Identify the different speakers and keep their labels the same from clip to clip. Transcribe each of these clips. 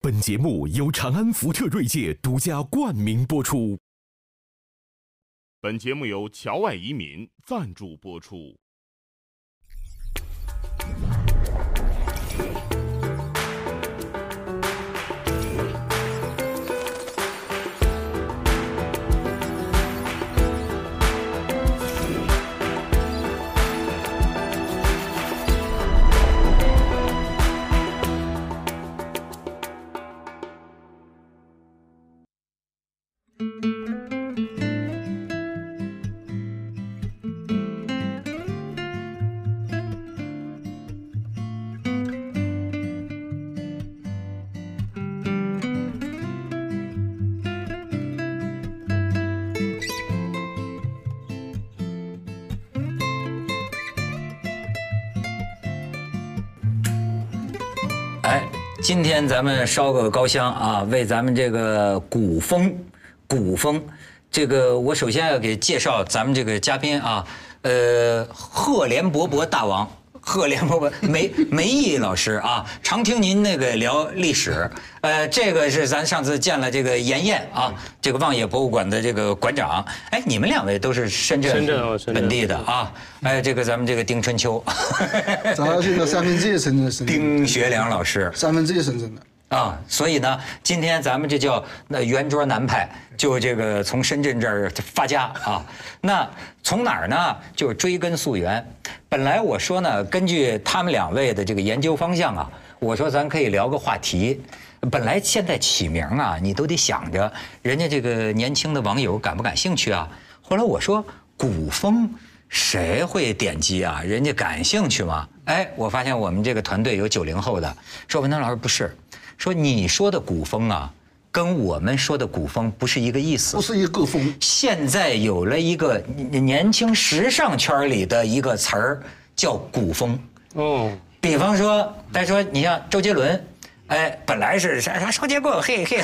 Speaker 1: 本节目由长安福特锐界独家冠名播出。
Speaker 2: 本节目由侨外移民赞助播出。
Speaker 3: 哎，今天咱们烧个高香啊，为咱们这个古风，古风，这个我首先要给介绍咱们这个嘉宾啊，呃，赫连勃勃大王。赫连勃勃 梅梅毅老师啊，常听您那个聊历史，呃，这个是咱上次见了这个严燕啊，这个望野博物馆的这个馆长。哎，你们两位都是深圳
Speaker 4: 深圳哦深圳
Speaker 3: 本地的啊，哎，这个咱们这个丁春秋，
Speaker 5: 咱要去那三分之一深圳的深圳，
Speaker 3: 丁学良老师，
Speaker 5: 三分之一深圳的，
Speaker 3: 啊，所以呢，今天咱们这叫那圆桌南派，就这个从深圳这儿发家啊。那从哪儿呢？就是追根溯源。本来我说呢，根据他们两位的这个研究方向啊，我说咱可以聊个话题。本来现在起名啊，你都得想着人家这个年轻的网友感不感兴趣啊。后来我说古风。谁会点击啊？人家感兴趣吗？哎，我发现我们这个团队有九零后的，说文涛老师不是，说你说的古风啊，跟我们说的古风不是一个意思
Speaker 5: 不。是一个风，
Speaker 3: 现在有了一个年年轻时尚圈里的一个词儿叫古风，
Speaker 4: 哦，
Speaker 3: 比方说，再说你像周杰伦，哎，本来是啥啥周杰棍，嘿嘿，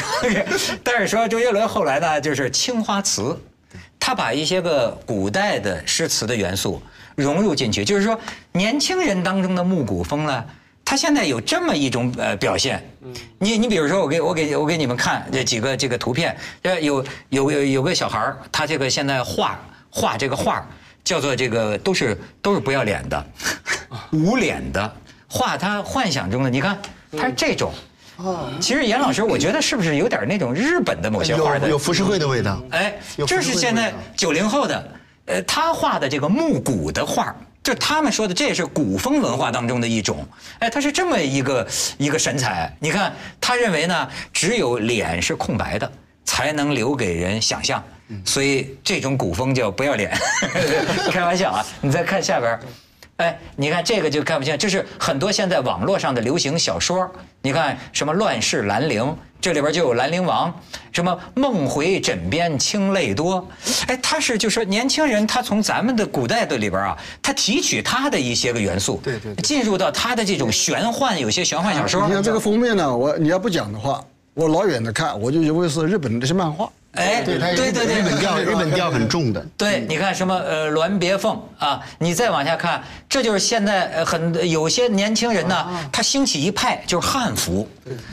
Speaker 3: 但是说周杰伦后来呢，就是青花瓷，他把一些个古代的诗词的元素融入进去，就是说年轻人当中的木古风呢。他现在有这么一种呃表现，你你比如说我给我给我给你们看这几个这个图片，这有有有有个小孩儿，他这个现在画画这个画儿叫做这个都是都是不要脸的，无脸的画他幻想中的，你看
Speaker 6: 嗯
Speaker 3: 他是这种。
Speaker 6: 哦
Speaker 3: 其实严老师，我觉得是不是有点那种日本的某些画的
Speaker 6: 有有浮世绘的味道。
Speaker 3: 哎，
Speaker 6: 有
Speaker 3: 这
Speaker 6: 浮世
Speaker 3: 是
Speaker 6: 绘
Speaker 3: 现
Speaker 6: 的
Speaker 3: 在
Speaker 6: 味道
Speaker 3: 九零后的，呃，他画的这个木骨的画儿，就他们说的，这也是古风文化当中的一种。哎，他是这么一个一个神采。你看，他认为呢，只有脸是空白的，才能留给人想象。
Speaker 6: 嗯
Speaker 3: 所以这种古风叫不要脸， 开玩笑啊！你再看下边儿。哎，你看这个就看不清，这是很多现在网络上的流行小说。你看什么《乱世兰陵》，这里边就有兰陵王；什么“梦回枕边清泪多”，哎，他是就说年轻人他从咱们的古代的里边啊，他提取他的一些个元素，
Speaker 6: 对对对
Speaker 3: 进入到他的这种玄幻，有些玄幻小说
Speaker 5: 啊你。看这个封面呢，我你要不讲的话，我老远的看，我就以为是日本的这些漫画。
Speaker 3: 哎，
Speaker 6: 对，它
Speaker 3: 对
Speaker 6: 是
Speaker 3: 对
Speaker 6: 日
Speaker 3: 对，
Speaker 6: 本日本调，日本调很重的。
Speaker 3: 对，你看什么呃《鸾别凤》啊，你再往下看，这就是现在呃很有些年轻人
Speaker 6: 哦
Speaker 3: 呢，他兴起一派就是汉服，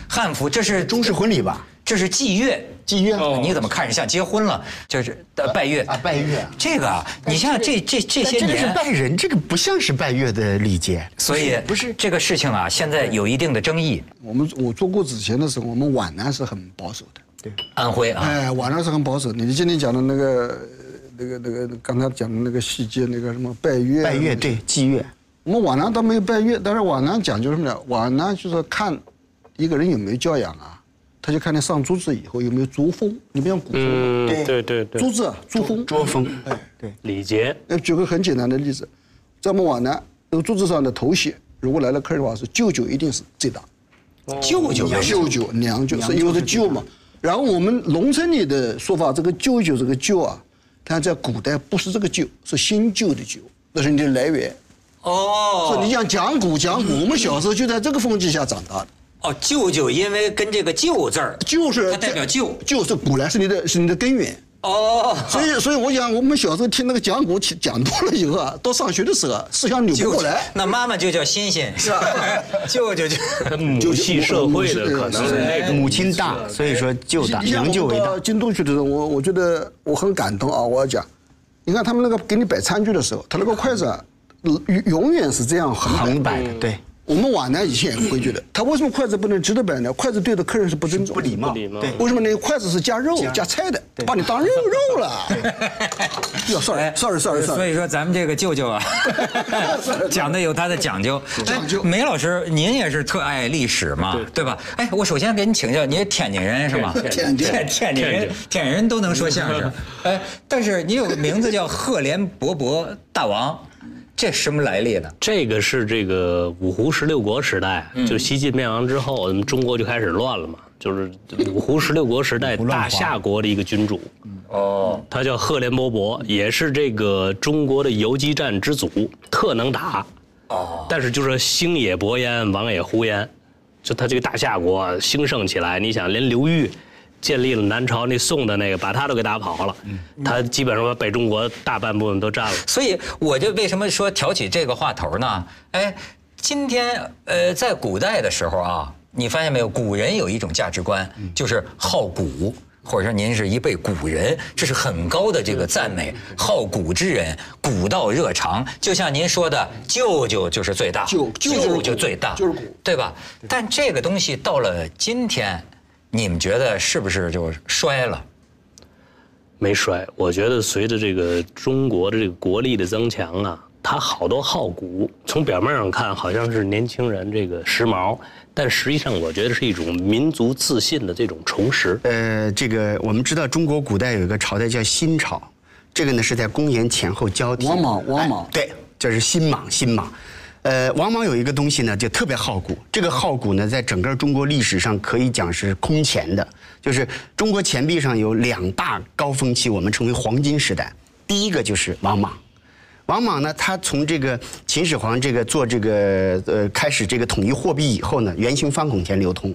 Speaker 3: 汉服这是
Speaker 6: 中式婚礼吧，
Speaker 3: 这是祭月，
Speaker 6: 祭月
Speaker 4: 哦
Speaker 3: 你怎么看着像结婚了？就是呃拜月
Speaker 6: 啊，拜月啊，
Speaker 3: 这个啊，你像这这这
Speaker 6: 但
Speaker 3: 些
Speaker 6: 这个是
Speaker 3: 年，
Speaker 6: 拜人，这个不像是拜月的礼节。
Speaker 3: 所以
Speaker 6: 不是
Speaker 3: 这个事情啊，现在有一定的争议。
Speaker 5: 我们我做过之前的时候，我们皖南是很保守的，
Speaker 3: 安徽啊，
Speaker 5: 哎，皖南是很保守的。你今天讲的那个呃那个那个那个刚才讲的那个细节，那个什么拜月，啊
Speaker 6: 拜月，对祭月，
Speaker 5: 我们皖南倒没有拜月，但是皖南讲究什么呢？皖南就是看一个人有没有教养啊，他就看你上桌子以后有没有作风，你不像古风嘛，
Speaker 4: 嗯，对
Speaker 6: 对
Speaker 4: 对
Speaker 5: 桌
Speaker 4: 对，
Speaker 5: 子啊作风，
Speaker 6: 捉风。
Speaker 5: 哎
Speaker 6: 对，
Speaker 4: 礼节，
Speaker 5: 呃，举个很简单的例子，在我们皖南，这个桌子上的头衔，如果来了客人的话，是舅舅一定是最大，
Speaker 6: 嗯
Speaker 3: 舅舅
Speaker 5: 娘舅舅、娘舅，是因为是舅嘛。然后我们农村里的说法，这个舅舅这个舅啊，它在古代不是这个舅，是新旧的舅，那是你的来源。
Speaker 3: 哦
Speaker 5: 说你讲讲古讲古，我们小时候就在这个风气下长大的，
Speaker 3: 哦，舅舅因为跟这个“舅”字儿，
Speaker 5: 就是
Speaker 3: 它代表旧
Speaker 5: 就是古来是你的是你的根源。
Speaker 3: 哦，
Speaker 5: 所以，所以我想，我们小时候听那个讲古讲讲多了以后啊，到上学的时候啊，思想扭不过来。
Speaker 3: 那妈妈就叫欣欣，是吧？ 舅舅就
Speaker 4: 跟啊母系社会的可能是那种
Speaker 6: 母亲大，所以说救大，
Speaker 5: 你像
Speaker 6: 能救
Speaker 5: 我
Speaker 6: 为
Speaker 5: 们
Speaker 6: 大
Speaker 5: 到。京东去的时候，我我觉得我很感动啊！我要讲，你看他们那个给你摆餐具的时候，他那个筷子啊，永永远是这样横
Speaker 6: 横
Speaker 5: 摆。
Speaker 6: 摆的，对，
Speaker 5: 我们皖南以前有规矩的，他为什么筷子不能直的摆呢？筷子对着客人是不尊重，不礼
Speaker 6: 貌不
Speaker 4: 礼貌
Speaker 6: 对
Speaker 5: 为什么呢？筷子是夹肉夹菜的，把你当肉肉了。哟
Speaker 3: 哎所
Speaker 5: ，sorry，sorry，sorry，sorry。
Speaker 3: 以说咱们这个舅舅 啊，讲的 有他的讲究。
Speaker 5: 讲究
Speaker 3: 哎梅老师，您也是特爱历史嘛，对吧？哎，我首先给你请教，你是天津人是吧？
Speaker 5: 天津
Speaker 3: 天天津人，天津人都能说相声。 哎，但是你有个名字叫赫连勃勃大王，这什么来历呢？
Speaker 4: 这个是这个五胡十六国时代，就西晋灭亡之后，我们中国就开始乱了嘛。就是五胡十六国时代大夏国的一个君主，
Speaker 3: 哦，
Speaker 4: 他叫赫连勃勃，也是这个中国的游击战之祖，特能打。哦，但是就是兴也勃焉，亡也忽焉，就他这个大夏国兴盛起来，你想连刘裕。建立了南朝那宋的那个，把他都给打跑了，他基本上把北中国大半部分都占了。
Speaker 3: 所以我就为什么说挑起这个话头呢？哎，今天呃，在古代的时候啊，你发现没有，古人有一种价值观，
Speaker 5: 嗯
Speaker 3: 就是好古。或者说您是一辈古人，这是很高的这个赞
Speaker 5: 嗯
Speaker 3: 美，好古之人，古道热肠。就像您说的，舅舅就是最大，
Speaker 5: 舅舅就是古
Speaker 3: 舅最大，
Speaker 5: 就是古
Speaker 3: 对吧？但这个东西到了今天，你们觉得是不是就衰了？
Speaker 4: 没衰。我觉得随着这个中国的这个国力的增强啊，它好多好古，从表面上看好像是年轻人这个时髦，但实际上我觉得是一种民族自信的这种重拾。
Speaker 6: 呃，这个我们知道，中国古代有一个朝代叫新朝，这个呢是在公元前后交替。
Speaker 5: 王莽王莽
Speaker 6: 哎对，这是新莽，新莽。呃，王莽有一个东西呢，就特别好古。这个好古呢，在整个中国历史上可以讲是空前的，就是中国钱币上有两大高峰期，我们称为黄金时代。第一个就是王莽，王莽呢，他从这个秦始皇这个做这个呃开始这个统一货币以后呢，原型方孔钱流通，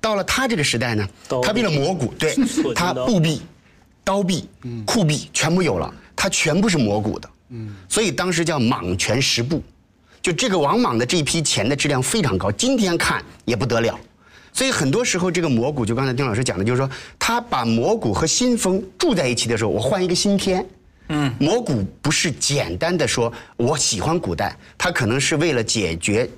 Speaker 6: 到了他这个时代呢
Speaker 4: 刀，币
Speaker 6: 他为了蘑菇，对
Speaker 4: 错，
Speaker 6: 他
Speaker 4: 金刀
Speaker 6: 布币、刀币、库币全部有了，他全部是蘑菇的，
Speaker 3: 嗯
Speaker 6: 所以当时叫莽权十部，就这个王莽的这一批钱的质量非常高，今天看也不得了。所以很多时候，这个蘑菇就刚才丁老师讲的，就是说他把蘑菇和新风住在一起的时候，我换一个新天。嗯，蘑菇不是简单的说我喜欢古代，它可能是为了解决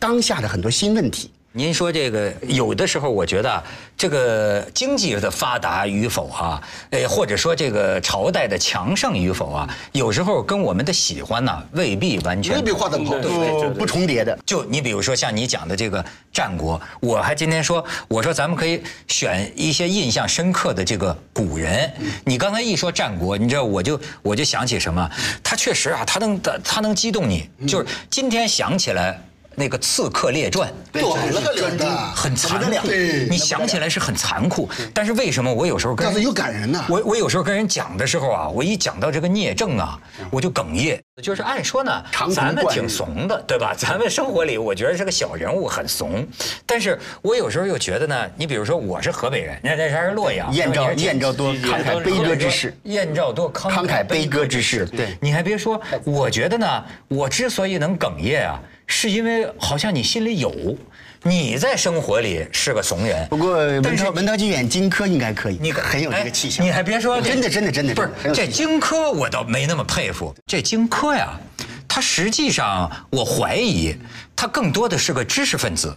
Speaker 6: 当下的很多新问题。
Speaker 3: 您说这个有的时候，我觉得啊这个经济的发达与否啊，呃，或者说这个朝代的强盛与否啊，有时候跟我们的喜欢呢、未必完全
Speaker 5: 未必划等号
Speaker 3: 对对
Speaker 6: 不不重叠的。
Speaker 3: 就你比如说像你讲的这个战国，我还今天说，我说咱们可以选一些印象深刻的这个古人。你刚才一说战国，你知道我就我就想起什么？他确实啊，他能他他能激动你，就是今天想起来那个《刺客列传》。
Speaker 5: 短了个脸的，
Speaker 3: 很残酷，
Speaker 5: 对
Speaker 3: 你想起来是很残酷，但是为什么我有时候跟
Speaker 5: 但是又感人呐
Speaker 3: 我我有时候跟人讲的时候啊，我一讲到这个聂政啊，我就哽咽。就是按说呢
Speaker 6: 嗯长，
Speaker 3: 咱们
Speaker 6: 亭
Speaker 3: 挺
Speaker 6: 观日
Speaker 3: 怂的，对吧？
Speaker 6: 嗯
Speaker 3: 咱们生活里我觉得是个小人物，很怂。但是我有时候又觉得呢，你比如说我是河北人，人家人家是洛阳，
Speaker 6: 燕赵
Speaker 3: 人家
Speaker 6: 燕赵多慷慨悲歌之士，
Speaker 3: 燕赵多慷
Speaker 6: 慷
Speaker 3: 慨
Speaker 6: 慨
Speaker 3: 悲
Speaker 6: 悲
Speaker 3: 歌
Speaker 6: 歌
Speaker 3: 之
Speaker 6: 之
Speaker 3: 士
Speaker 6: 士。对
Speaker 3: 你还别说，我觉得呢，我之所以能哽咽啊，是因为好像你心里有，你在生活里是个怂人。
Speaker 6: 不过文
Speaker 3: 但是
Speaker 6: 涛文涛去远荆轲应该可以，
Speaker 3: 你
Speaker 6: 很有这个气象。
Speaker 3: 哎你还别说，这
Speaker 6: 真的真的真的
Speaker 3: 不是
Speaker 6: 真的很有
Speaker 3: 这
Speaker 6: 气
Speaker 3: 荆轲，我倒没那么佩服。这荆轲呀，他实际上我怀疑他更多的是个知识分子。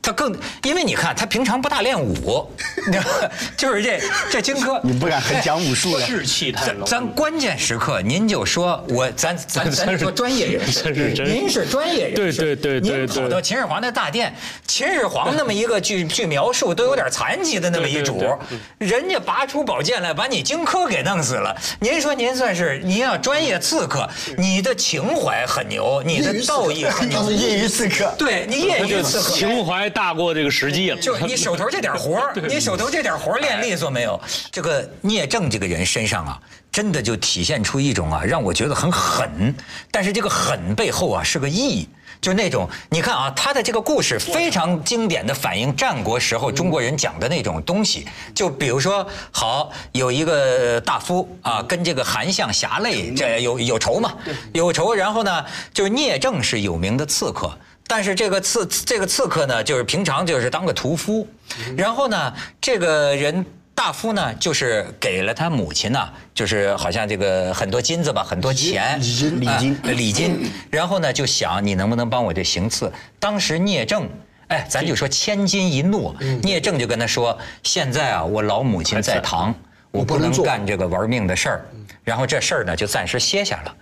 Speaker 3: 他更，因为你看他平常不大练武， 你知道吗就是这这荆轲，
Speaker 6: 你不敢很讲武术了。
Speaker 4: 士气太
Speaker 3: 咱
Speaker 4: 浓，
Speaker 3: 咱关键时刻，您就说我咱咱咱说专业 人士，
Speaker 4: 真是真是
Speaker 3: 您是专业人士，
Speaker 4: 对对对对
Speaker 3: 您跑到秦始皇那大殿，秦始皇那么一个据据描述都有点残疾的那么一主
Speaker 4: 对对，
Speaker 3: 人家拔出宝剑来把你荆轲给弄死了，您说您算是您要专业刺客，你的情怀很牛，你的道义很
Speaker 6: 他
Speaker 3: 牛
Speaker 6: 是。业余刺客，
Speaker 3: 对你业余刺客，
Speaker 4: 情怀大过这个时机了。
Speaker 3: 就你手头这点活 儿，你手头这点活儿练利索没有？这个聂政这个人身上啊，真的就体现出一种啊，让我觉得很狠，但是这个狠背后啊是个义。就那种，你看啊，他的这个故事非常经典的反映战国时候中国人讲的那种东西。就比如说，好有一个大夫啊，跟这个韩相侠类这有有仇嘛，有仇。然后呢，就是聂政是有名的刺客，但是这个刺这个刺客呢，就是平常就是当个屠夫，然后呢，这个人大夫呢，就是给了他母亲呢、就是好像这个很多金子吧，很多钱，
Speaker 6: 礼金礼金
Speaker 3: 呃礼金，然后呢就想你能不能帮我这行刺？当时聂政。哎，咱就说千金一诺，聂政就跟他说：“现在啊，我老母亲在堂，我不能干这个玩命的事儿。”然后这事儿呢就暂时歇下了。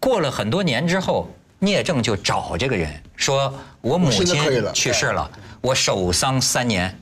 Speaker 3: 过了很多年之后，聂政就找这个人说：“我母
Speaker 5: 我现
Speaker 3: 亲
Speaker 5: 在可以了
Speaker 3: 去世了，我守丧三年，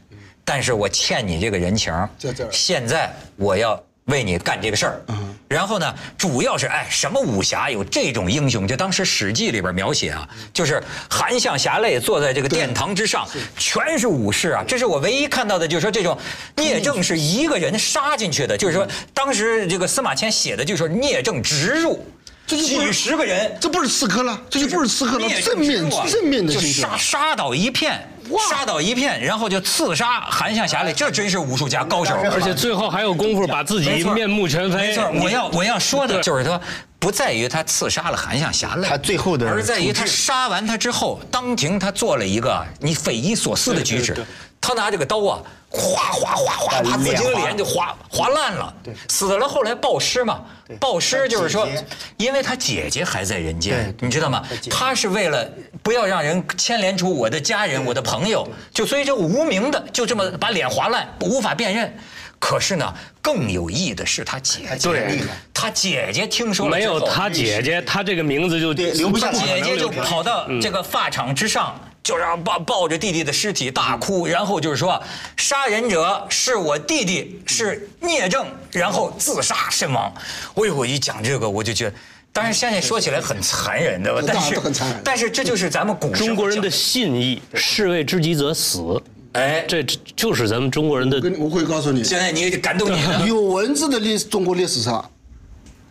Speaker 3: 但是我欠你这个人情儿
Speaker 5: 在这儿
Speaker 3: 现在我要为你干这个事儿。”
Speaker 5: 嗯
Speaker 3: 然后呢，主要是哎，什么武侠有这种英雄？就当时《史记》里边描写啊，
Speaker 5: 嗯
Speaker 3: 就是韩相侠类坐在这个殿堂之上，全是武士啊。这是我唯一看到的，就是说这种聂政是一个人杀进
Speaker 5: 嗯
Speaker 3: 去的，就是说当时这个司马迁写的，就是说聂政直入。
Speaker 5: 这就不
Speaker 3: 几
Speaker 5: 是
Speaker 3: 十个人，
Speaker 5: 这不是刺客了，这就不是刺客了，
Speaker 3: 灭
Speaker 5: 正面
Speaker 3: 之物啊
Speaker 5: 正面的
Speaker 3: 就
Speaker 5: 形象
Speaker 3: 杀。杀倒一片，杀倒一片，然后就刺杀韩向侠来，这真是武术家高手。啊
Speaker 4: 而且最后还有功夫把自
Speaker 3: 没
Speaker 4: 己
Speaker 3: 错
Speaker 4: 面目全非
Speaker 3: 没错，。我要我要说的
Speaker 4: 对
Speaker 3: 就是说，不在于他刺杀了韩向侠类，
Speaker 6: 他最后的
Speaker 3: 而在于他
Speaker 6: 处置
Speaker 3: 杀完他之后，当庭他做了一个你匪夷所思的举止，他拿这个刀啊，哗哗哗哗把自己的脸就划划烂了，死了。后来暴尸嘛，暴尸就是说，因为他姐姐还在人间，你知道吗？他是为了不要让人牵连出我的家人、我的朋友，就所以这无名的就这么把脸划烂，无法辨认。可是呢，更有意的是他姐姐，
Speaker 6: 对
Speaker 3: 他姐姐听说了
Speaker 4: 没
Speaker 3: 之后
Speaker 4: 有他姐姐，他这个名字就
Speaker 6: 对留不下
Speaker 4: 可能嗯
Speaker 3: 姐姐
Speaker 4: 留
Speaker 3: 就
Speaker 4: 不下
Speaker 3: 跑到这个发场之上，就让抱抱着弟弟的尸体大哭，然后就是说，杀人者是我弟弟，是聂政，然后自杀身亡。哎呦，我一讲这个我就觉得。当然，现在说起来很残忍的，但是
Speaker 5: 嗯都很残忍
Speaker 3: 但是这就是咱们古时候
Speaker 4: 中国人的
Speaker 3: 讲
Speaker 4: 信义，士为知己者死，
Speaker 3: 哎，
Speaker 4: 这这就是咱们中国人的
Speaker 5: 跟我可以告诉你，
Speaker 3: 现在你感动你了，
Speaker 4: 嗯
Speaker 5: 有文字的历史，中国历史上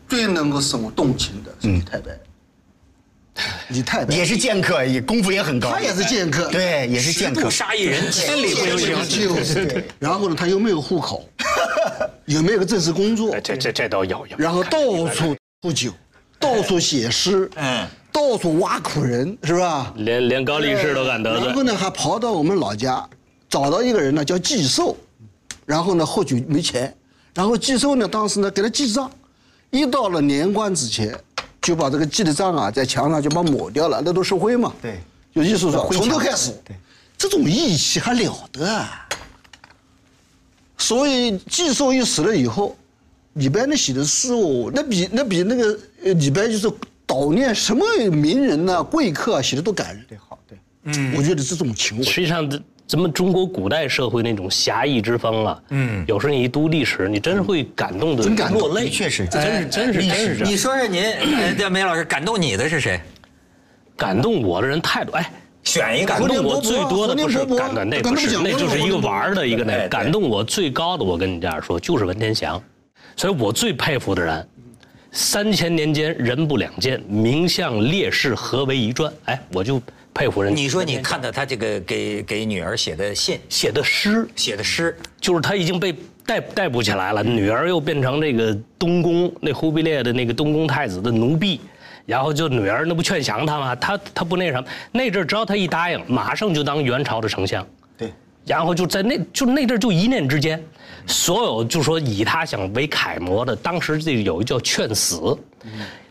Speaker 5: 最能够使我动情的是李太白。李太白
Speaker 6: 也是剑客，也功夫也很高。
Speaker 5: 他也是剑客
Speaker 6: 对，也是剑
Speaker 3: 不
Speaker 6: 客。
Speaker 3: 杀一人，千里不留行。
Speaker 5: 就是，然后呢，他又没有户 口，也没有个正式工作，
Speaker 4: 这这这都有有。
Speaker 5: 然后到处喝酒，到处写诗，
Speaker 3: 嗯
Speaker 5: 到处挖苦人，是吧？
Speaker 4: 连连高力士都敢得罪
Speaker 5: 然后，呢，还跑到我们老家，找到一个人呢叫季寿，然后呢喝酒没钱，然后季寿呢当时呢给他记账，一到了年关之前，就把这个记的账啊在墙上就把它抹掉了，那都是灰嘛。
Speaker 6: 对，
Speaker 5: 有意思说
Speaker 6: 灰
Speaker 5: 从头
Speaker 6: 墙
Speaker 5: 开始，
Speaker 6: 对
Speaker 5: 这种义气还了得啊！所以季寿一死了以后，李白那写的诗哦，那比那比那个呃李白就是悼念什么名人呐、贵客啊，写的都感人。对，好，对，嗯，我觉得这种情怀，
Speaker 4: 实际上，咱们中国古代社会那种侠义之风啊，嗯，有时候你一读历史，你真是会感动的
Speaker 6: 真感动
Speaker 4: 落泪，
Speaker 6: 的确是
Speaker 4: 这真
Speaker 3: 哎
Speaker 4: 是真是真是这
Speaker 3: 你
Speaker 4: 样。
Speaker 3: 说说您，哎这梅老师感动你的是谁？
Speaker 4: 感动我的人太多，哎，
Speaker 3: 选一个
Speaker 4: 感
Speaker 5: 胡
Speaker 4: 动
Speaker 5: 林
Speaker 4: 我
Speaker 5: 伯伯
Speaker 4: 最多的不是
Speaker 5: 胡林伯伯
Speaker 4: 感动，那
Speaker 5: 刚
Speaker 4: 不
Speaker 5: 才不
Speaker 4: 是，
Speaker 5: 讲过
Speaker 4: 那
Speaker 5: 了
Speaker 4: 就是一个玩儿的一个
Speaker 3: 对
Speaker 4: 那个。
Speaker 3: 对
Speaker 4: 感动我最高的，我跟你这样说，就是文天祥，所以我最佩服的人。三千年间，人不两见，名相烈士合为一传。哎，我就佩服人。
Speaker 3: 你说你看到他这个给给女儿写的信，
Speaker 4: 写的诗，
Speaker 3: 写的诗，
Speaker 4: 就是他已经被逮逮捕起来了，女儿又变成这个东宫那忽必烈的那个东宫太子的奴婢，然后就女儿那不劝降他吗？他他不那什么，那阵儿只要他一答应，马上就当元朝的丞相。
Speaker 6: 对，
Speaker 4: 然后就在那就那阵儿就一念之间，所有就说以他想为楷模的，当时这有一叫劝死，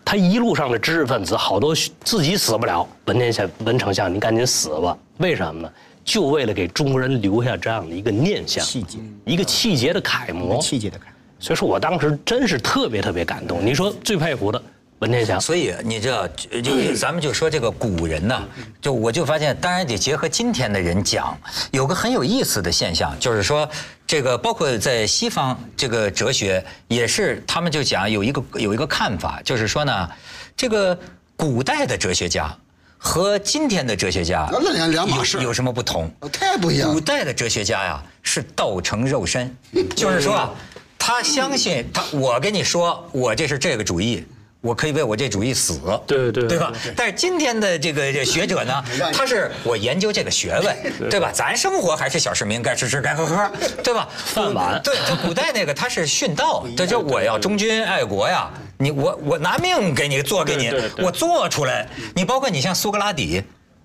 Speaker 4: 他一路上的知识分子好多自己死不了，文天祥文丞相，你赶紧死吧！为什么呢？就为了给中国人留下这样的一个念想，
Speaker 6: 气节
Speaker 4: 一个气节的楷
Speaker 3: 哦
Speaker 4: 模。
Speaker 6: 气节的看，
Speaker 4: 所以说我当时真是特别特别感动。你说最佩服的文天祥，
Speaker 3: 所以你知道，就
Speaker 5: 嗯
Speaker 3: 就咱们就说这个古人呐、就我就发现，当然得结合今天的人讲，有个很有意思的现象，就是说，这个包括在西方这个哲学也是，他们就讲有一个有一个看法，就是说呢，这个古代的哲学家和今天的哲学家
Speaker 5: 那两两码事
Speaker 3: 有有什么不同？
Speaker 5: 太不一样
Speaker 3: 古
Speaker 5: 了。
Speaker 3: 代的哲学家呀，是道成肉身，就是说啊，他相信他，我跟你说，我这是这个主义。我可以为我这主义死，
Speaker 4: 对对
Speaker 3: 对吧？但是今天的这个这学者呢，他是我研究这个学 问，对吧？咱生活还是小市民，该吃吃，该喝喝，对吧？
Speaker 4: 饭碗
Speaker 3: 对，就古代那个他是殉道，他就我要忠君爱国呀，你我我拿命给你做给你
Speaker 4: 对对，对
Speaker 3: 我做出来。你包括你像苏格拉底。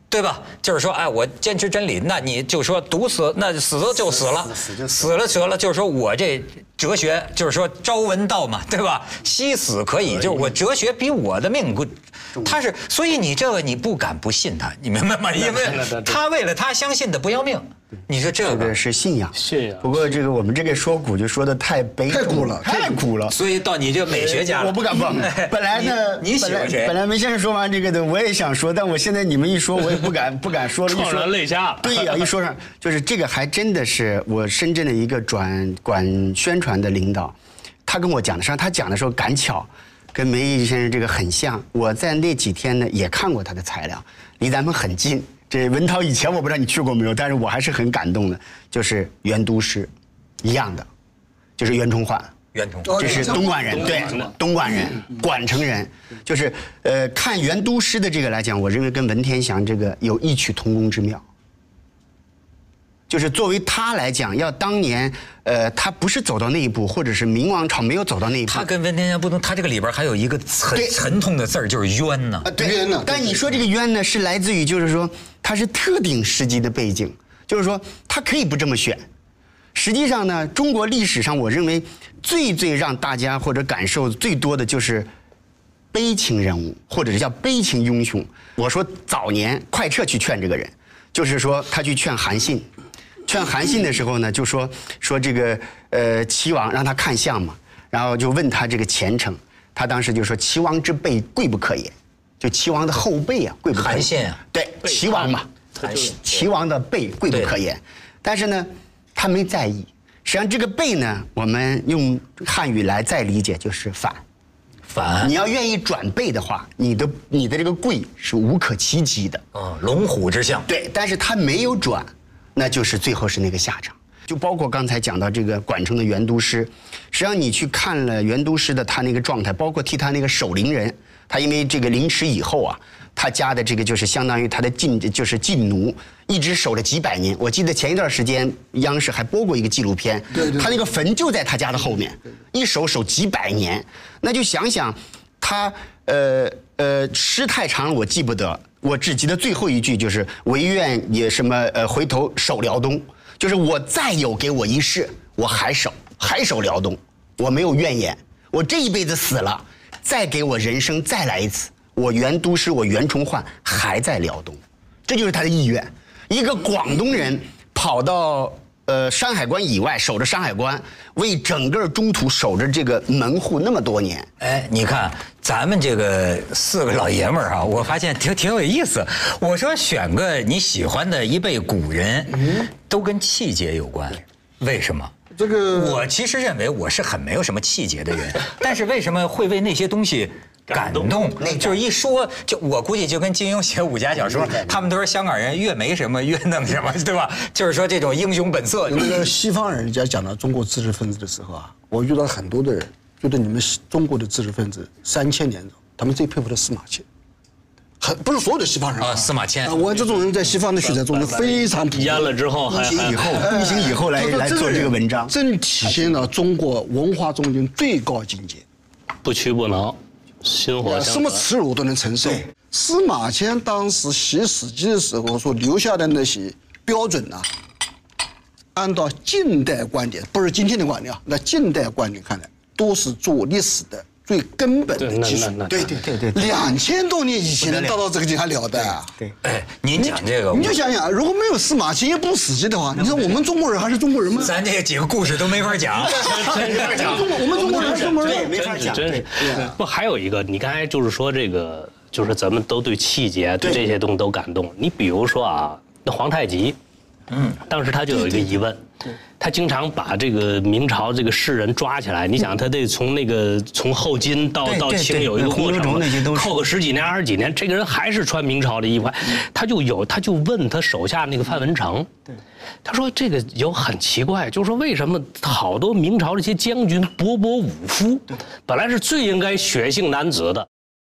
Speaker 3: 对吧？就是说，哎，我坚持真理，那你就说毒死，那死就死了，
Speaker 5: 死死就死
Speaker 3: 死了折了，就是说我这哲学就是说朝闻道嘛，对吧？惜死可以，就是我哲学比我的命贵，他是，所以你这个你不敢不信他，你明白 吗？因为他为了他相信的不要命，你说这
Speaker 6: 这
Speaker 3: 个
Speaker 6: 个，是信仰，
Speaker 4: 信仰
Speaker 6: 不过这个我们这个说古就说的太悲，
Speaker 5: 太古了
Speaker 6: 太古了。
Speaker 3: 所以到你这美学家了，。
Speaker 6: 呃我不敢碰 本来呢，
Speaker 3: 你你喜欢谁
Speaker 6: 本来本来梅先生说完这个的，我也想说，但我现在你们一说，我也不敢不敢说了。一
Speaker 4: 怅
Speaker 6: 说
Speaker 4: 然泪下
Speaker 6: 对呀、一说上就是这个，还真的是我深圳的一个转管宣传的领导，他跟我讲的，实际上他讲的时候赶巧，跟梅毅先生这个很像。我在那几天呢也看过他的材料，离咱们很近。这文涛以前我不知道你去过没有，但是我还是很感动的，就是袁都师，一样的，就是袁崇焕。
Speaker 3: 袁崇，
Speaker 5: 哦
Speaker 6: 这是东莞人，嗯对，东莞人，管城人，就是呃，看袁都师的这个来讲，我认为跟文天祥这个有异曲同工之妙。就是作为他来讲，要当年呃，他不是走到那一步，或者是明王朝没有走到那一步，
Speaker 3: 他跟文天祥不同，他这个里边还有一个很
Speaker 6: 对
Speaker 3: 沉痛的字儿，就是冤呐
Speaker 6: 啊，。对
Speaker 5: 冤呐
Speaker 6: 但你说这个冤呢，是来自于就是说，它是特定时机的背景，就是说他可以不这么选。实际上呢，中国历史上我认为最最让大家或者感受最多的就是悲情人物，或者是叫悲情英雄。我说早年快撤去劝这个人，就是说他去劝韩信，劝韩信的时候呢，就说说这个呃齐王让他看相嘛，然后就问他这个前程，他当时就说齐王之辈贵不可也，就齐王的后辈啊贵不可也。
Speaker 3: 韩信啊
Speaker 6: 对齐王嘛，
Speaker 3: 韩信
Speaker 6: 齐王的辈贵不可言，但是呢，他没在意。实际上，这个辈呢，我们用汉语来再理解就是反。
Speaker 3: 反
Speaker 6: 你，要愿意转背的话，你的你的这个贵是无可企及的。
Speaker 3: 嗯，龙虎之象。
Speaker 6: 对，但是他没有转，那就是最后是那个下场。就包括刚才讲到这个管城的袁都师，实际上你去看了袁都师的他那个状态，包括替他那个守陵人，他因为这个凌迟以后啊，他家的这个就是相当于他的禁就是禁奴，一直守了几百年。我记得前一段时间央视还播过一个纪录片，
Speaker 5: 对对
Speaker 6: 他那个坟就在他家的后面，一守守几百年，那就想想他呃呃诗太长了，我记不得。我只记得最后一句就是“唯愿也什么呃回头守辽东”，就是我再有给我一世，我还守还守辽东，我没有怨言。我这一辈子死了，再给我人生再来一次，我袁都师我袁崇焕还在辽东，这就是他的意愿。一个广东人跑到呃山海关以外，守着山海关，为整个中土守着这个门户那么多年。
Speaker 3: 哎，你看咱们这个四个老爷们儿啊，
Speaker 5: 嗯
Speaker 3: 我发现挺挺有意思。我说选个你喜欢的一辈古人，都跟气节有关，为什么？
Speaker 5: 嗯这个
Speaker 3: 我其实认为我是很没有什么气节的人， 但是为什么会为那些东西感动？就是一说，就我估计就跟金庸写武侠小说，
Speaker 5: 嗯
Speaker 3: 他们都是香港人，越没什么越弄什么，对吧？就是说这种英雄本色。
Speaker 5: 那个西方人家讲到中国知识分子的时候啊，我遇到很多的人，觉得你们西中国的知识分子三千年中，他们最佩服的司马迁。很不是所有的西方人
Speaker 3: 啊司马迁
Speaker 5: 啊我这种人在西方的学者中是非常普遍
Speaker 4: 淹了之后还
Speaker 6: 以后
Speaker 5: 哎
Speaker 6: 疫情以后来
Speaker 5: 就是
Speaker 6: 来做这个文章，
Speaker 5: 真体现了中国文化中间最高境界，
Speaker 4: 不屈不挠，薪火相传
Speaker 5: 呃什么耻辱都能承受。司马迁当时写《史记》的时候所留下的那些标准呢、按照近代观点，不是今天的观点啊，那近代观点看来，都是做历史的最根本
Speaker 4: 对
Speaker 5: 的
Speaker 4: 那
Speaker 5: 基础
Speaker 4: 那。那
Speaker 6: 对对对对，
Speaker 5: 两千多年以前能达到这个境还了得啊？对。
Speaker 3: 哎，您讲这个，
Speaker 5: 你就想想，如果没有司马迁，也不死记的话，你说我们中国人还是中国人吗？
Speaker 3: 咱这几个故事都没法讲。 啊
Speaker 5: 我们中国我们中国人还是中国人吗
Speaker 6: 对，没法讲，
Speaker 4: 真是不还有一个，你刚才就是说这个，就是咱们都对气节、对这些东西都感动。你比如说啊，那皇太极，嗯，当时他就有一个疑问，他经常把这个明朝这个士人抓起来，你想他得从那个从后金到
Speaker 6: 嗯对
Speaker 4: 到
Speaker 6: 对
Speaker 4: 清
Speaker 6: 对
Speaker 4: 有一个
Speaker 6: 对
Speaker 4: 过
Speaker 6: 洪州
Speaker 4: 程
Speaker 6: 那些都，是
Speaker 4: 扣个十几年二十几年，这个人还是穿明朝的衣服，他就有他就问他手下那个范文成，他说这个有很奇怪，就是说为什么好多明朝这些将军勃勃武夫，本来是最应该血性男子的，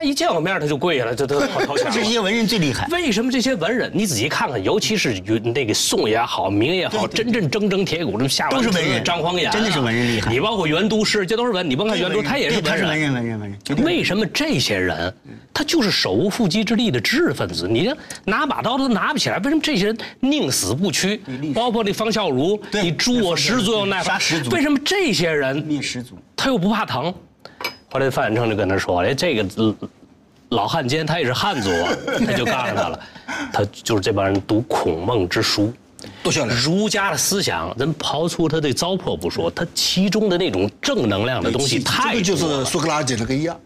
Speaker 4: 一见我面他就跪下来，就他好 投降了
Speaker 6: 这些文人最厉害。
Speaker 4: 为什么这些文人？你仔细看看，尤其是云那个宋也好，明也好，真正铮铮铁骨，这么下
Speaker 6: 都是文
Speaker 4: 文
Speaker 6: 人
Speaker 4: 张光雅
Speaker 6: 真的是文人厉害
Speaker 4: 你包括袁都师，这都是文。你甭看袁都，他也是
Speaker 6: 对他是文
Speaker 4: 人。啊
Speaker 6: 人，文人，文人，绝 对
Speaker 4: 为什么这些人，他就是手无缚鸡之力的知识分子？你这拿把刀都拿不起来，为什么这些人宁死不屈？包括那方孝孺，
Speaker 6: 对
Speaker 4: 你诛我十族又奈
Speaker 6: 杀
Speaker 4: 何
Speaker 6: 十族？
Speaker 4: 为什么这些人
Speaker 6: 灭十族。
Speaker 4: 他又不怕疼。后来范远成就跟他说：“哎，这个呃老汉奸他也是汉族 啊。”他就告诉他了，他就是这帮人读孔孟之书，
Speaker 6: 多效率
Speaker 4: 儒家的思想，咱刨出他的糟粕不说，他其中的那种正能量的东西
Speaker 5: 这
Speaker 4: 太
Speaker 5: 个就
Speaker 4: 多
Speaker 5: 是
Speaker 4: 了。
Speaker 5: 苏格拉底那个一样，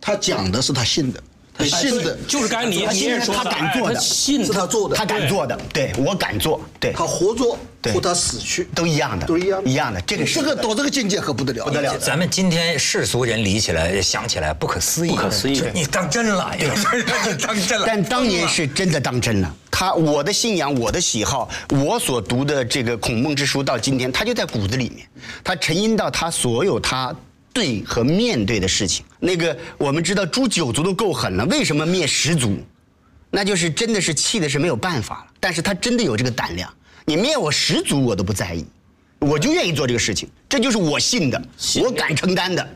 Speaker 5: 他讲的是他信的，他信的，
Speaker 4: 就是刚才你
Speaker 6: 他
Speaker 4: 你
Speaker 6: 信
Speaker 4: 也说
Speaker 6: 他
Speaker 4: 的
Speaker 6: 敢
Speaker 4: 哎
Speaker 6: 做的
Speaker 4: 他信
Speaker 5: 是他做的，
Speaker 6: 他敢做的，对我敢做，对
Speaker 5: 他活着
Speaker 6: 对
Speaker 5: 或他死去
Speaker 6: 都一样的，
Speaker 5: 都一样的
Speaker 6: 一样的。这个是
Speaker 5: 这个到这个境界可不得了，不
Speaker 6: 得了
Speaker 3: 咱们今天世俗人理起来、想起来不可思议，
Speaker 4: 不可思议
Speaker 3: 就你当真了，有时 候你当真了。
Speaker 6: 但当年是真的当真了。他我的信仰，我的喜好，我所读的这个《孔孟之书》，到今天，他就在骨子里面，他沉吟到他所有他对和面对的事情。那个我们知道诛九族都够狠了，为什么灭十族？那就是真的是气的是没有办法了。但是他真的有这个胆量，你灭我十族我都不在意，我就愿意做这个事情，这就是我信的，我敢承担的。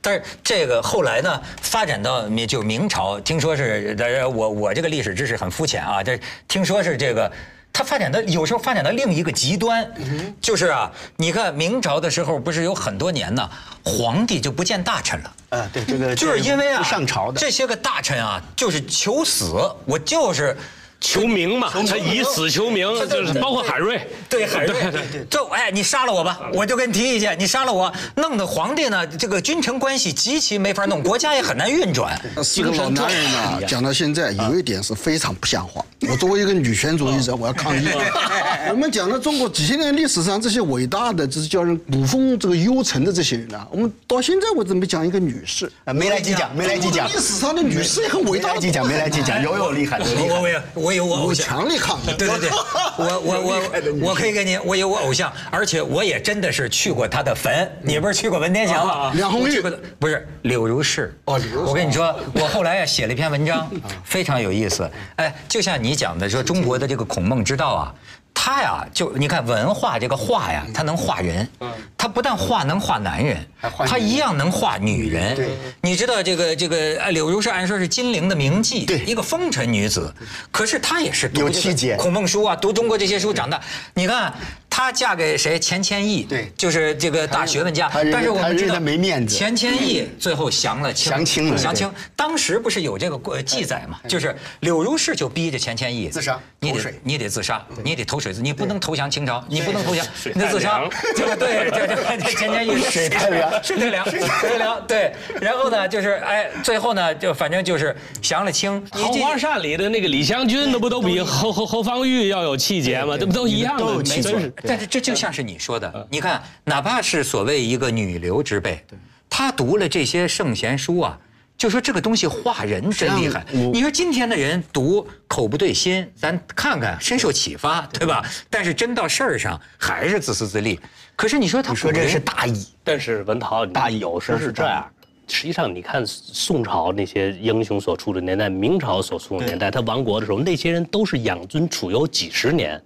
Speaker 3: 但是这个后来呢，发展到明就明朝，听说是，呃我我这个历史知识很肤浅啊，这听说是这个。它发展到有时候发展到另一个极端，
Speaker 6: 嗯
Speaker 3: 就是啊，你看明朝的时候，不是有很多年呢，皇帝就不见大臣了。
Speaker 6: 啊，对，这个
Speaker 3: 就是因为啊，
Speaker 6: 上朝的
Speaker 3: 这些个大臣啊，就是求死，我就是
Speaker 4: 求名嘛，他以死求名，就是包括海瑞，
Speaker 3: 对 海瑞，就哎，你杀了我吧，我就跟你提意见，你杀了我，弄得皇帝呢，这个君臣关系极其没法弄，国家也很难运转。
Speaker 5: 是个老男人啊，讲到现在有一点是非常不像话。我作为一个女权主义者，我要抗议。
Speaker 6: 啊
Speaker 5: 我们讲了中国几千年历史上这些伟大的，就是叫人古风这个优臣的这些人啊，我们到现在为止没讲一个女士。
Speaker 6: 啊，没来及讲，没来及讲。
Speaker 5: 历史上的女士也很伟
Speaker 6: 没
Speaker 5: 大
Speaker 6: 来
Speaker 5: 的。
Speaker 6: 及讲，没来及讲，有有厉害，有厉害。
Speaker 3: 哎我我有我有我偶
Speaker 5: 我
Speaker 3: 像。
Speaker 5: 强烈 抗议。
Speaker 3: 对 对对，我我我我可以给你，我有我偶像，而且我也真的是去过他的坟。你不是去过文天祥吗？
Speaker 5: 啊梁红玉
Speaker 3: 我去过的不是柳如是。
Speaker 5: 哦柳如是
Speaker 3: 我跟你说，我后来啊写了一篇文章， 非常有意思。哎，就像你讲的，说中国的这个孔孟之道啊。他呀，就你看文化这个画呀，它能画人，
Speaker 5: 嗯
Speaker 3: 它不但画能画男人，它一样能画女人。你知道这个这个哎柳如是按说是金陵的名妓，
Speaker 6: 对
Speaker 3: 一个风尘女子，可是她也是读
Speaker 6: 有
Speaker 3: 这个
Speaker 6: 气节
Speaker 3: 孔孟书啊，读中国这些书长大。你看她嫁给谁？钱谦益，
Speaker 6: 对
Speaker 3: 就是这个大学问家。
Speaker 6: 他认为
Speaker 3: 但是我
Speaker 6: 他
Speaker 3: 们
Speaker 6: 认
Speaker 3: 知
Speaker 6: 为
Speaker 3: 道
Speaker 6: 他没面子
Speaker 3: 钱谦益最后降了清，
Speaker 6: 降清了哎
Speaker 3: 降清。当时不是有这个过记载嘛？就是柳如是就逼着钱谦益
Speaker 6: 自杀
Speaker 3: 你
Speaker 6: 投
Speaker 3: 得
Speaker 6: 水
Speaker 3: 你得自杀，你得投水自，你不能投降清朝，你不能投降，你得自
Speaker 4: 太
Speaker 3: 杀
Speaker 4: 凉。
Speaker 3: 这个对，这这这钱 谦益水
Speaker 6: 太凉
Speaker 3: 水太凉，水太凉。对，然后呢，就是哎，最后呢，就反正就是降了清。你
Speaker 4: 《
Speaker 3: 这
Speaker 4: 桃花扇》里的那个李香君，那不都比侯侯侯方域要有气节吗？这不都一样的？
Speaker 6: 都有气
Speaker 4: 没真
Speaker 6: 节
Speaker 4: 是
Speaker 3: 但是这就像是你说
Speaker 6: 嗯
Speaker 3: 的，你看，哪怕是所谓一个女流之辈，她读了这些圣贤书啊，就说这个东西化人真厉害。你说今天的人读口不对心，咱看看深受启发，对吧？但是真到事儿上还是自私自利。可是你说他
Speaker 6: 说
Speaker 3: 古
Speaker 6: 这
Speaker 3: 人
Speaker 6: 是大义，
Speaker 4: 但是文陶，
Speaker 6: 大意
Speaker 4: 有时候是
Speaker 6: 真是
Speaker 4: 这
Speaker 6: 大意
Speaker 4: 样。实际上，你看宋朝那些英雄所处的年代，明朝所处的年代，他亡国的时候，那些人都是养尊处优几十年，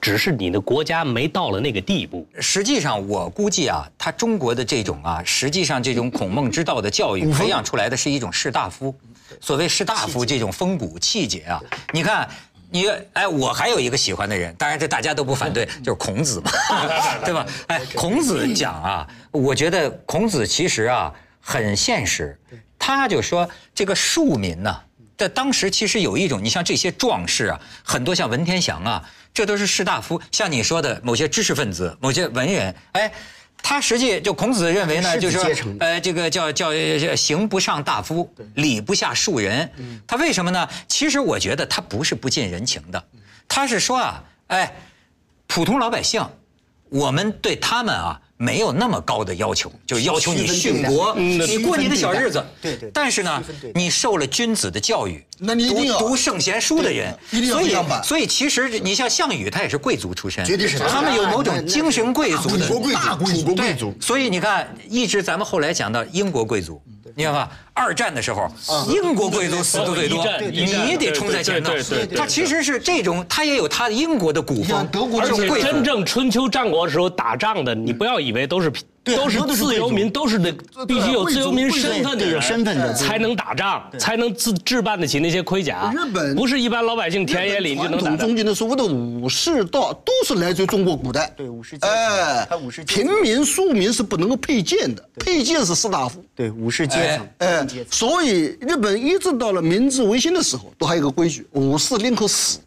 Speaker 4: 只是你的国家没到了那个地步。
Speaker 3: 实际上，我估计啊，他中国的这种啊，实际上这种孔孟之道的教育培养出来的是一种士大夫。所谓士大夫这种风骨气节啊，你看。你哎，我还有一个喜欢的人，当然这大家都不反对，就是孔子嘛，对吧？哎，孔子讲啊，我觉得孔子其实啊很现实，他就说这个庶民呐、在当时其实有一种，你像这些壮士啊，很多像文天祥啊，这都是士大夫，像你说的某些知识分子、某些文人，哎。他实际就孔子认为呢，
Speaker 6: 士
Speaker 3: 就
Speaker 6: 子
Speaker 3: 是
Speaker 6: 阶
Speaker 3: 说
Speaker 6: 层，
Speaker 3: 呃，这个叫叫呃行不上大夫，礼不下庶人。他为什么呢？其实我觉得他不是不近人情的，他是说啊，哎，普通老百姓我们对他们啊没有那么高的要求，就要求你殉国，
Speaker 6: 嗯
Speaker 3: 你过你的小日子。
Speaker 6: 对对对
Speaker 3: 但是呢
Speaker 6: 区分对，待
Speaker 3: 你受了君子的教育，
Speaker 5: 那你一定要
Speaker 3: 读读圣贤书的人，
Speaker 5: 对一定要
Speaker 3: 所以
Speaker 5: 这样办
Speaker 3: 所以其实你像项羽，他也是贵族出身，
Speaker 6: 绝对是
Speaker 3: 他们有某
Speaker 6: 那
Speaker 3: 种
Speaker 6: 那
Speaker 3: 精神贵族的
Speaker 6: 楚国贵族，楚国贵族，
Speaker 3: 所以你看，一直咱们后来讲到英国贵族，
Speaker 4: 嗯
Speaker 3: 你看吧，二战的时候，英国贵族死的最多
Speaker 4: 啊哦一战，一战
Speaker 3: 你得冲在前头
Speaker 4: 对对对对。对
Speaker 3: 他其实是这种，他也有他英国的古风
Speaker 5: 像，德国
Speaker 3: 而
Speaker 4: 而
Speaker 3: 且
Speaker 4: 且
Speaker 3: 贵
Speaker 4: 真
Speaker 3: 族。
Speaker 4: 正春秋战国的时候打仗的，你不要以为都是平
Speaker 6: 对
Speaker 4: 都是
Speaker 6: 很多都是
Speaker 4: 自由民，都是得必须有自由民身份的
Speaker 6: 对
Speaker 4: 人，
Speaker 6: 身份的对
Speaker 4: 才能打仗，才能自置办得起那些盔甲。
Speaker 5: 日本
Speaker 4: 不是一般老百姓田野里就
Speaker 5: 传
Speaker 4: 能打
Speaker 5: 统
Speaker 4: 仗
Speaker 5: 中。间的所谓的武士道，都是来自于中国古代。
Speaker 7: 对武士阶级
Speaker 5: 哎
Speaker 7: 他武士，阶级
Speaker 5: 平民庶民是不能够配件的，配件是士大夫。
Speaker 7: 对武士阶层，
Speaker 5: 哎
Speaker 7: 武士阶，层
Speaker 5: 所以日本一直到了明治维新的时候，都还有一个规矩：武士宁可死，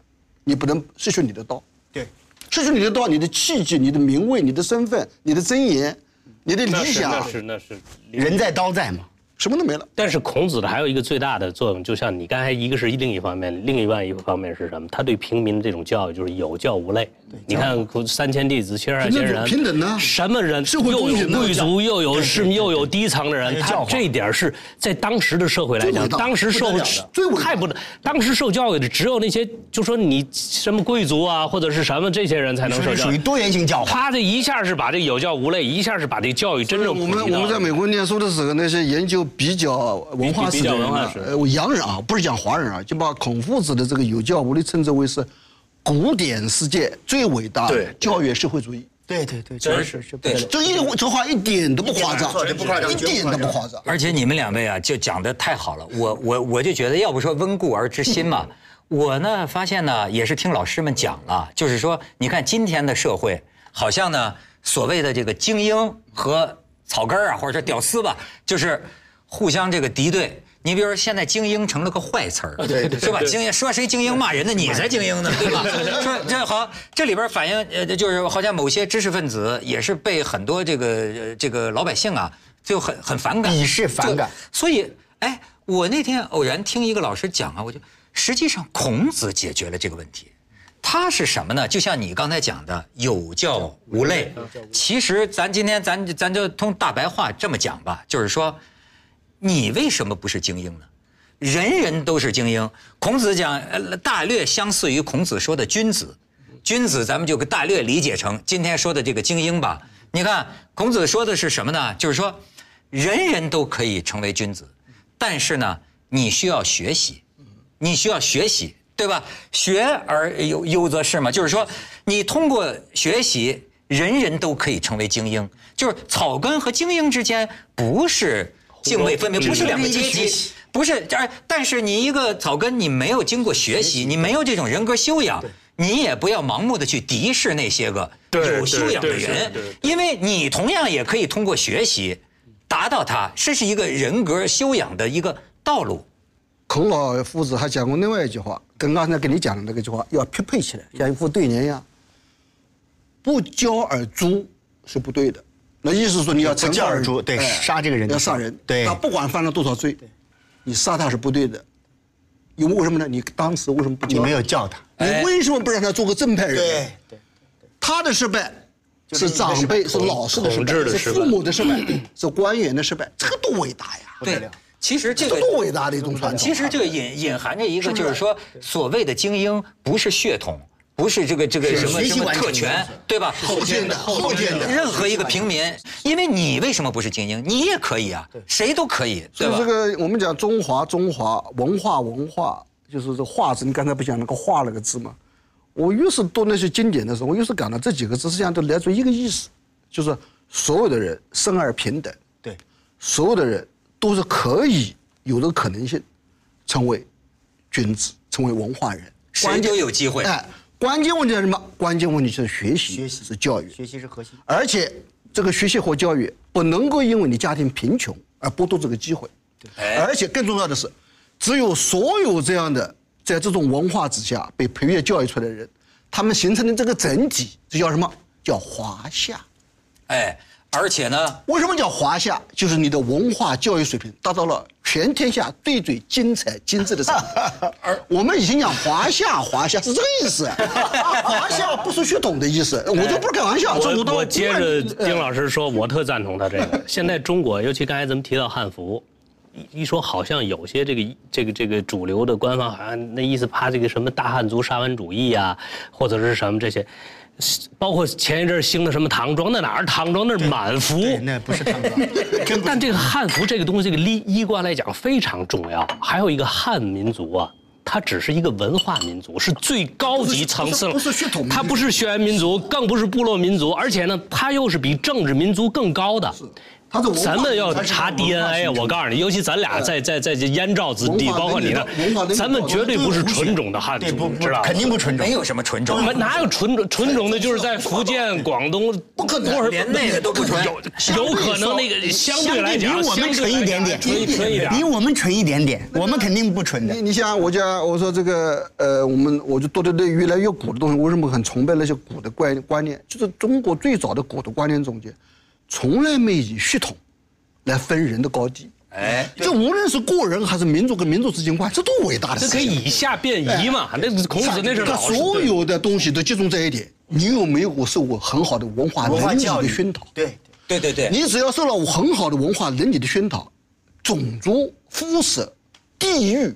Speaker 5: 你不能失去你的刀。
Speaker 7: 对
Speaker 5: 失去你的道，你的气质、你的名位、你的身份、你的尊严、你的
Speaker 4: 那
Speaker 5: 理
Speaker 4: 是
Speaker 5: 想
Speaker 4: 那，是那是。
Speaker 6: 人在刀在嘛。
Speaker 5: 什么都没了。
Speaker 4: 但是孔子的还有一个最大的作用，就像你刚才一个是另一方面，另一万一方面是什么？他对平民的这种教育就是有教无类。你看三千弟子，七十二贤人，
Speaker 5: 平等呢
Speaker 4: 什么人
Speaker 5: 社会
Speaker 4: 又
Speaker 5: 公
Speaker 4: 有
Speaker 5: 平呢
Speaker 4: 贵族，又有市民，
Speaker 6: 对
Speaker 4: 又有低层的人，他这一点是在当时的社会来
Speaker 5: 最
Speaker 4: 讲
Speaker 5: 伟，大
Speaker 4: 当时受
Speaker 5: 不得了的最伟大的
Speaker 4: 太不能，当时受教育的只有那些，就说你什么贵族啊，或者是什么这些人才能受
Speaker 6: 是
Speaker 4: 教
Speaker 6: 属
Speaker 4: 育。
Speaker 5: 啊
Speaker 6: 于多元性教化。
Speaker 4: 他这一下是把这有教无类，一下是把这教育真正
Speaker 5: 我
Speaker 4: 普
Speaker 5: 们
Speaker 4: 及到
Speaker 5: 我们在美国念书的时候，那些研究比较文化
Speaker 4: 比
Speaker 5: 史的
Speaker 4: 比较
Speaker 5: 人
Speaker 4: 文化
Speaker 5: 啊
Speaker 4: 史，
Speaker 5: 呃，我洋人啊，不是讲华人啊，就把孔夫子的这个有教无类称之为是古典世界最伟大的
Speaker 4: 对
Speaker 5: 教育社会主义。
Speaker 7: 对对对，真是是
Speaker 3: 对
Speaker 7: 对
Speaker 5: 这一这话一点都不夸张，
Speaker 6: 不夸张
Speaker 5: 一点都不夸张。
Speaker 3: 而且你们两位啊，就讲的太好了，我我我就觉得，要不说温故而知新嘛。 我呢发现呢，也是听老师们讲了，就是说，你看今天的社会，好像呢，所谓的这个精英和草根儿啊，或者说屌丝吧，就是互相这个敌对。你比如说，现在精英成了个坏词儿， 是吧？精英说谁精英骂人呢？你才精英呢， 对吧？说这好，这里边反映呃，就是好像某些知识分子也是被很多这个呃这个老百姓啊，就很很反感，
Speaker 6: 鄙视反感
Speaker 3: 就所以，哎，我那天偶然听一个老师讲啊，我就实际上孔子解决了这个问题。他是什么呢？就像你刚才讲的，有教无类。其实咱今天咱咱就通大白话这么讲吧，就是说，你为什么不是精英呢？人人都是精英。孔子讲，呃大略相似于孔子说的君子。君子，咱们就大略理解成今天说的这个精英吧。你看，孔子说的是什么呢？就是说，人人都可以成为君子，但是呢，你需要学习，你需要学习，对吧？学而优优则仕嘛，就是说，你通过学习，人人都可以成为精英。就是草根和精英之间不是泾渭分明，不是两个阶级，不是。而但是你一个草根，你没有经过学习，你没有这种人格修养，你也不要盲目的去敌视那些个有修养的人，因为你同样也可以通过学习达到它，这是一个人格修养的一个道路。
Speaker 5: 孔老夫子还讲过另外一句话，跟刚才跟你讲的那个句话要匹配起来，像一副对联一样。不教而诛是不对的，那意思是说你要
Speaker 6: 不
Speaker 5: 惩
Speaker 6: 教
Speaker 5: 罚
Speaker 6: 而诛对
Speaker 5: 哎
Speaker 6: 杀这个人
Speaker 5: 要
Speaker 6: 的时候
Speaker 5: 杀人，
Speaker 6: 对
Speaker 5: 他不管犯了多少罪，你杀他是不对的，因为为什么呢？你当时为什么不
Speaker 6: 你
Speaker 5: 教？
Speaker 6: 没有叫他，
Speaker 5: 你为什么不让他做个正派人？
Speaker 6: 对，
Speaker 5: 他的失败是长辈、是老师的失
Speaker 4: 统治
Speaker 5: 败，
Speaker 4: 的
Speaker 5: 是
Speaker 4: 失败
Speaker 5: 父母的失败，是官员的失败，这个多伟大呀！
Speaker 3: 对，其实这
Speaker 5: 这
Speaker 3: 个
Speaker 5: 多伟大的一种传统啊。
Speaker 3: 其实这个隐隐含着一个，就是说所谓的精英不是血统，不是这个这个什么
Speaker 6: 学习
Speaker 3: 什么
Speaker 6: 完成
Speaker 3: 特
Speaker 6: 的
Speaker 3: 权，对吧？后
Speaker 5: 天的后天的
Speaker 3: 任何一个平民，因为你为什么不是精英？你也可以啊，谁都可以，对
Speaker 5: 所以
Speaker 3: 吧
Speaker 5: 这？个我们讲中华中华文化文化，就是这“化”字，你刚才不讲那个“化”那个字吗？我越是读那些经典的时候，我越是感到这几个字实际上都来自于一个意思，就是所有的人生而平等，
Speaker 7: 对，
Speaker 5: 所有的人都是可以有这个可能性，成为君子，成为文化人，
Speaker 3: 谁都有机会。
Speaker 5: 哎，关键问题是什么？关键问题就是学习，
Speaker 7: 学习
Speaker 5: 是教育，
Speaker 7: 学习是核心。
Speaker 5: 而且这个学习和教育不能够因为你家庭贫穷而剥夺这个机会。
Speaker 3: 哎
Speaker 5: 而且更重要的是，只有所有这样的在这种文化之下被培育教育出来的人，他们形成的这个整体，这叫什么？叫华夏。
Speaker 3: 哎，而且呢，
Speaker 5: 为什么叫华夏？就是你的文化教育水平达到了全天下最最精彩精致的程 度。而我们以前讲华夏，华夏是这个意思，啊华夏不是血统的意思，我就不是呃开玩笑。这
Speaker 4: 我
Speaker 5: 都
Speaker 4: 我接着丁老师说，我特赞同他这个。现在中国，尤其刚才咱们提到汉服，一一说好像有些这个这个这个主流的官方好像那意思怕这个什么大汉族沙文主义啊，或者是什么这些，包括前一阵儿兴的什么唐装，那哪儿唐装那是满服，
Speaker 7: 对，那不是唐装，
Speaker 4: 但这个汉服这个东西，这个衣衣冠来讲非常重要。还有一个汉民族啊，它只是一个文化民族，是最高级层次了，
Speaker 5: 不是不是血统民族
Speaker 4: 它不是血缘民族，更不是部落民族，而且呢，它又是比政治民族更高的。
Speaker 5: 它是文化
Speaker 4: 咱们要
Speaker 5: 它是
Speaker 4: 查
Speaker 5: 文化形
Speaker 4: DNA 啊！
Speaker 5: 成
Speaker 4: 我告诉你，尤其咱俩在在在这燕赵子弟，
Speaker 5: 文化
Speaker 4: 包括你那
Speaker 5: 文化文化，
Speaker 4: 咱们绝对不是纯种的汉
Speaker 6: 对不
Speaker 4: 族，
Speaker 6: 不
Speaker 4: 知道吗
Speaker 6: 肯？定不纯种
Speaker 3: 没。有什么纯种
Speaker 4: 我，们哪有纯种纯种的？就是在福建、广东，不
Speaker 5: 可能
Speaker 3: 连那个都不纯。
Speaker 4: 有可能那个相对来讲，
Speaker 6: 比我们纯一点点，
Speaker 4: 相对来讲纯纯一点。啊
Speaker 6: 比我们纯一点点，我们肯定不纯的
Speaker 5: 你。你想，我家我说这个呃，我们我就多的对越来越古的东西，为什么很崇拜那些古的观观念？就是中国最早的古的观念总结，从来没以血统来分人的高低。
Speaker 3: 哎，
Speaker 5: 这无论是个人还是民族跟民族之间关系，这都伟大的
Speaker 4: 这
Speaker 5: 事
Speaker 4: 可
Speaker 5: 情。
Speaker 4: 以以下变夷嘛？那孔子那是
Speaker 5: 他
Speaker 4: 老师
Speaker 5: 所
Speaker 4: 对
Speaker 5: 有的东西都集中在一点，你有没有受过很好的文化
Speaker 6: 文化
Speaker 5: 伦理
Speaker 6: 教育
Speaker 5: 的熏陶？
Speaker 6: 对，
Speaker 3: 对对对，
Speaker 5: 你只要受了很好的文化伦理的熏陶，种族、肤色、地域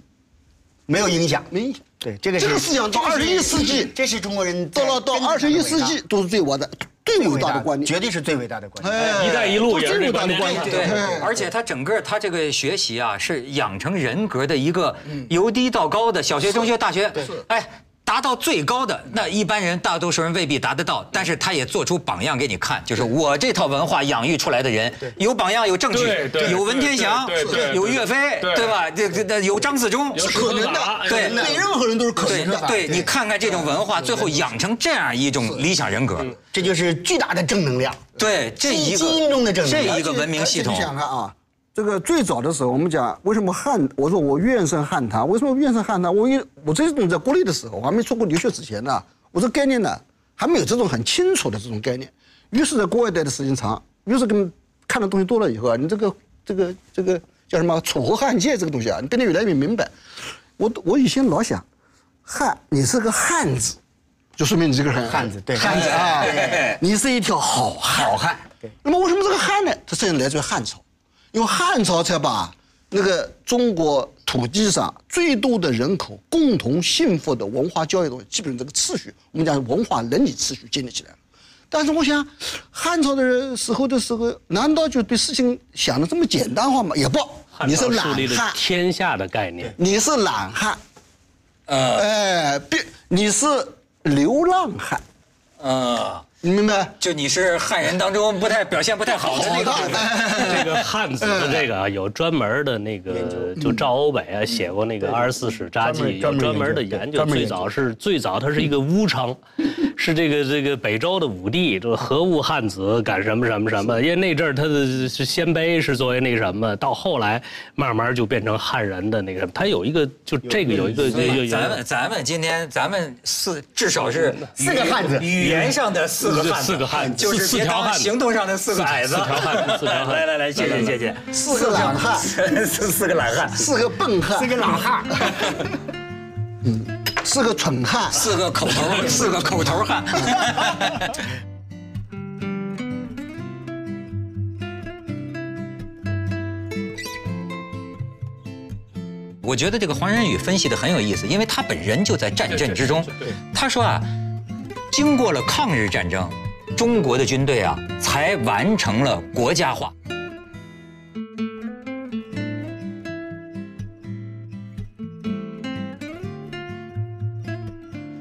Speaker 6: 没有影响。
Speaker 5: 没影响。
Speaker 7: 对，这个
Speaker 5: 这
Speaker 7: 是
Speaker 5: 个思想到二十一世纪，
Speaker 6: 这是中国人
Speaker 5: 到了到二十一世纪都是最伟大、最伟大的观念。
Speaker 6: 绝对是最伟大的观念。
Speaker 5: 哎
Speaker 4: 一带一路也是
Speaker 5: 最
Speaker 4: 这
Speaker 5: 伟大
Speaker 4: 观
Speaker 5: 的
Speaker 4: 念
Speaker 5: 观
Speaker 3: 对
Speaker 5: 念。
Speaker 3: 对
Speaker 5: 哎，
Speaker 3: 而且他整个他这个学习啊，是养成人格的一个由低到高的，小学、中学、大学，哎，达到最高的那一般人，大多数人未必达得到，但是他也做出榜样给你看，就是我这套文化养育出来的人，有榜样，有证
Speaker 4: 对
Speaker 3: 据，
Speaker 4: 对
Speaker 3: 有文天祥
Speaker 4: 对对对，对
Speaker 3: 有岳飞，
Speaker 4: 对
Speaker 3: 对吧？这这这有张自忠，
Speaker 4: 有
Speaker 5: 可能的，
Speaker 4: 对
Speaker 5: 对任何人都是可
Speaker 3: 啊对
Speaker 5: 能的。
Speaker 3: 对，你看看这种文化，最后养成这样一种理想人格，
Speaker 6: 这就是巨大的正能量。
Speaker 3: 对这一
Speaker 6: 基因中的
Speaker 3: 个
Speaker 6: 证据
Speaker 3: 这
Speaker 5: 而
Speaker 3: 一
Speaker 5: 且
Speaker 3: 个文明系统
Speaker 5: 而且你，想看啊，这个最早的时候，我们讲为什么汉，我说我怨声汉唐，为什么怨声汉唐？我因我这种在国内的时候，我还没出国留学之前呢，我这概念呢还没有这种很清楚的这种概念。于是，在国外待的时间长，于是跟看的东西多了以后啊，你这个这个这个叫什么楚河汉界这个东西啊，你变得越来越明白。我我以前老想，汉你是个汉子，就说明你这个人
Speaker 6: 汉子对
Speaker 5: 汉子啊，你是一条好汉。好汉。那么为什么这个汉呢？它甚至来自于汉朝，因为汉朝才把那个中国土地上最多的人口共同幸福的文化教育东西，基本上这个次序，我们讲文化伦理次序建立起来了。但是我想，汉朝的人时候的时候，难道就对事情想的这么简单化吗？也不，
Speaker 4: 汉
Speaker 5: 你是
Speaker 4: 朝
Speaker 5: 懒
Speaker 4: 树立了
Speaker 5: 汉，
Speaker 4: 天下的概念，
Speaker 5: 你是懒汉，
Speaker 3: 呃
Speaker 5: 哎，别，你是流浪汉，
Speaker 3: 呃。
Speaker 5: 你明白？
Speaker 3: 就你是汉人当中不太表现不太好的那个部分，
Speaker 4: 这个汉子的这个啊，有专门的那个，就赵欧北啊写过那个《二十四史札记》，有
Speaker 6: 专门
Speaker 4: 专门的
Speaker 6: 研究
Speaker 4: 研
Speaker 6: 对
Speaker 4: 究。
Speaker 6: 专门
Speaker 4: 最
Speaker 6: 研究
Speaker 4: 早是最早，它是一个巫城，是这个这个北周的武帝，这个何物汉子赶什么什么什么，因为那阵儿他的是鲜卑是作为那什么，到后来慢慢就变成汉人的那个什么，他有一个就这个有一个有有有
Speaker 3: 咱们咱们今天咱们四至少是
Speaker 6: 四个汉子
Speaker 3: 语言上的四个汉子，
Speaker 4: 四个汉子
Speaker 3: 就是
Speaker 4: 四
Speaker 3: 别
Speaker 4: 条
Speaker 3: 当
Speaker 4: 汉子
Speaker 3: 行动上的四个矮子，
Speaker 4: 四条汉子四条汉子
Speaker 3: 来来来，谢谢谢谢，
Speaker 5: 四个懒汉，
Speaker 3: 四四个懒汉，
Speaker 5: 四个笨汉，四个懒汉，嗯，四个蠢汉，
Speaker 3: 四个口头，四个口头汉。 我觉得这个黄仁宇分析的很有意思，因为他本人就在战阵之中。他说啊，经过了抗日战争，中国的军队啊才完成了国家化。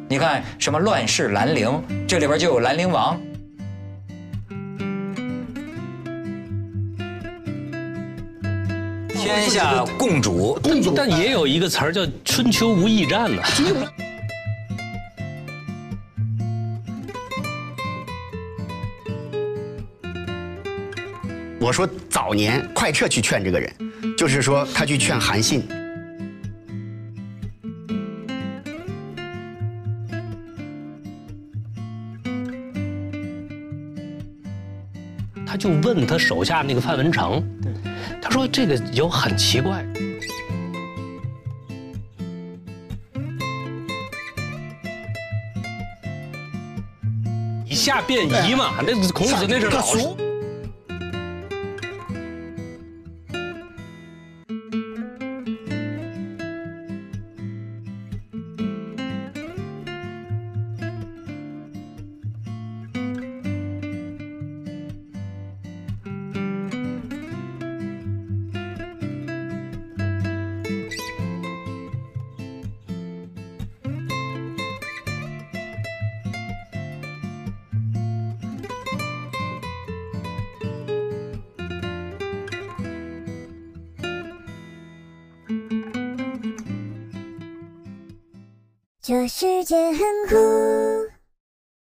Speaker 3: 你看什么乱世兰陵，这里边就有兰陵王。天下共主，
Speaker 5: 公主，
Speaker 4: 但也有一个词儿叫“春秋无义战”呢。
Speaker 6: 我说早年快撤去劝这个人，就是说他去劝韩信，
Speaker 4: 他就问他手下那个范文成，他说这个有很奇怪，以下便宜嘛，那孔子那是老师。
Speaker 8: 这世界很酷。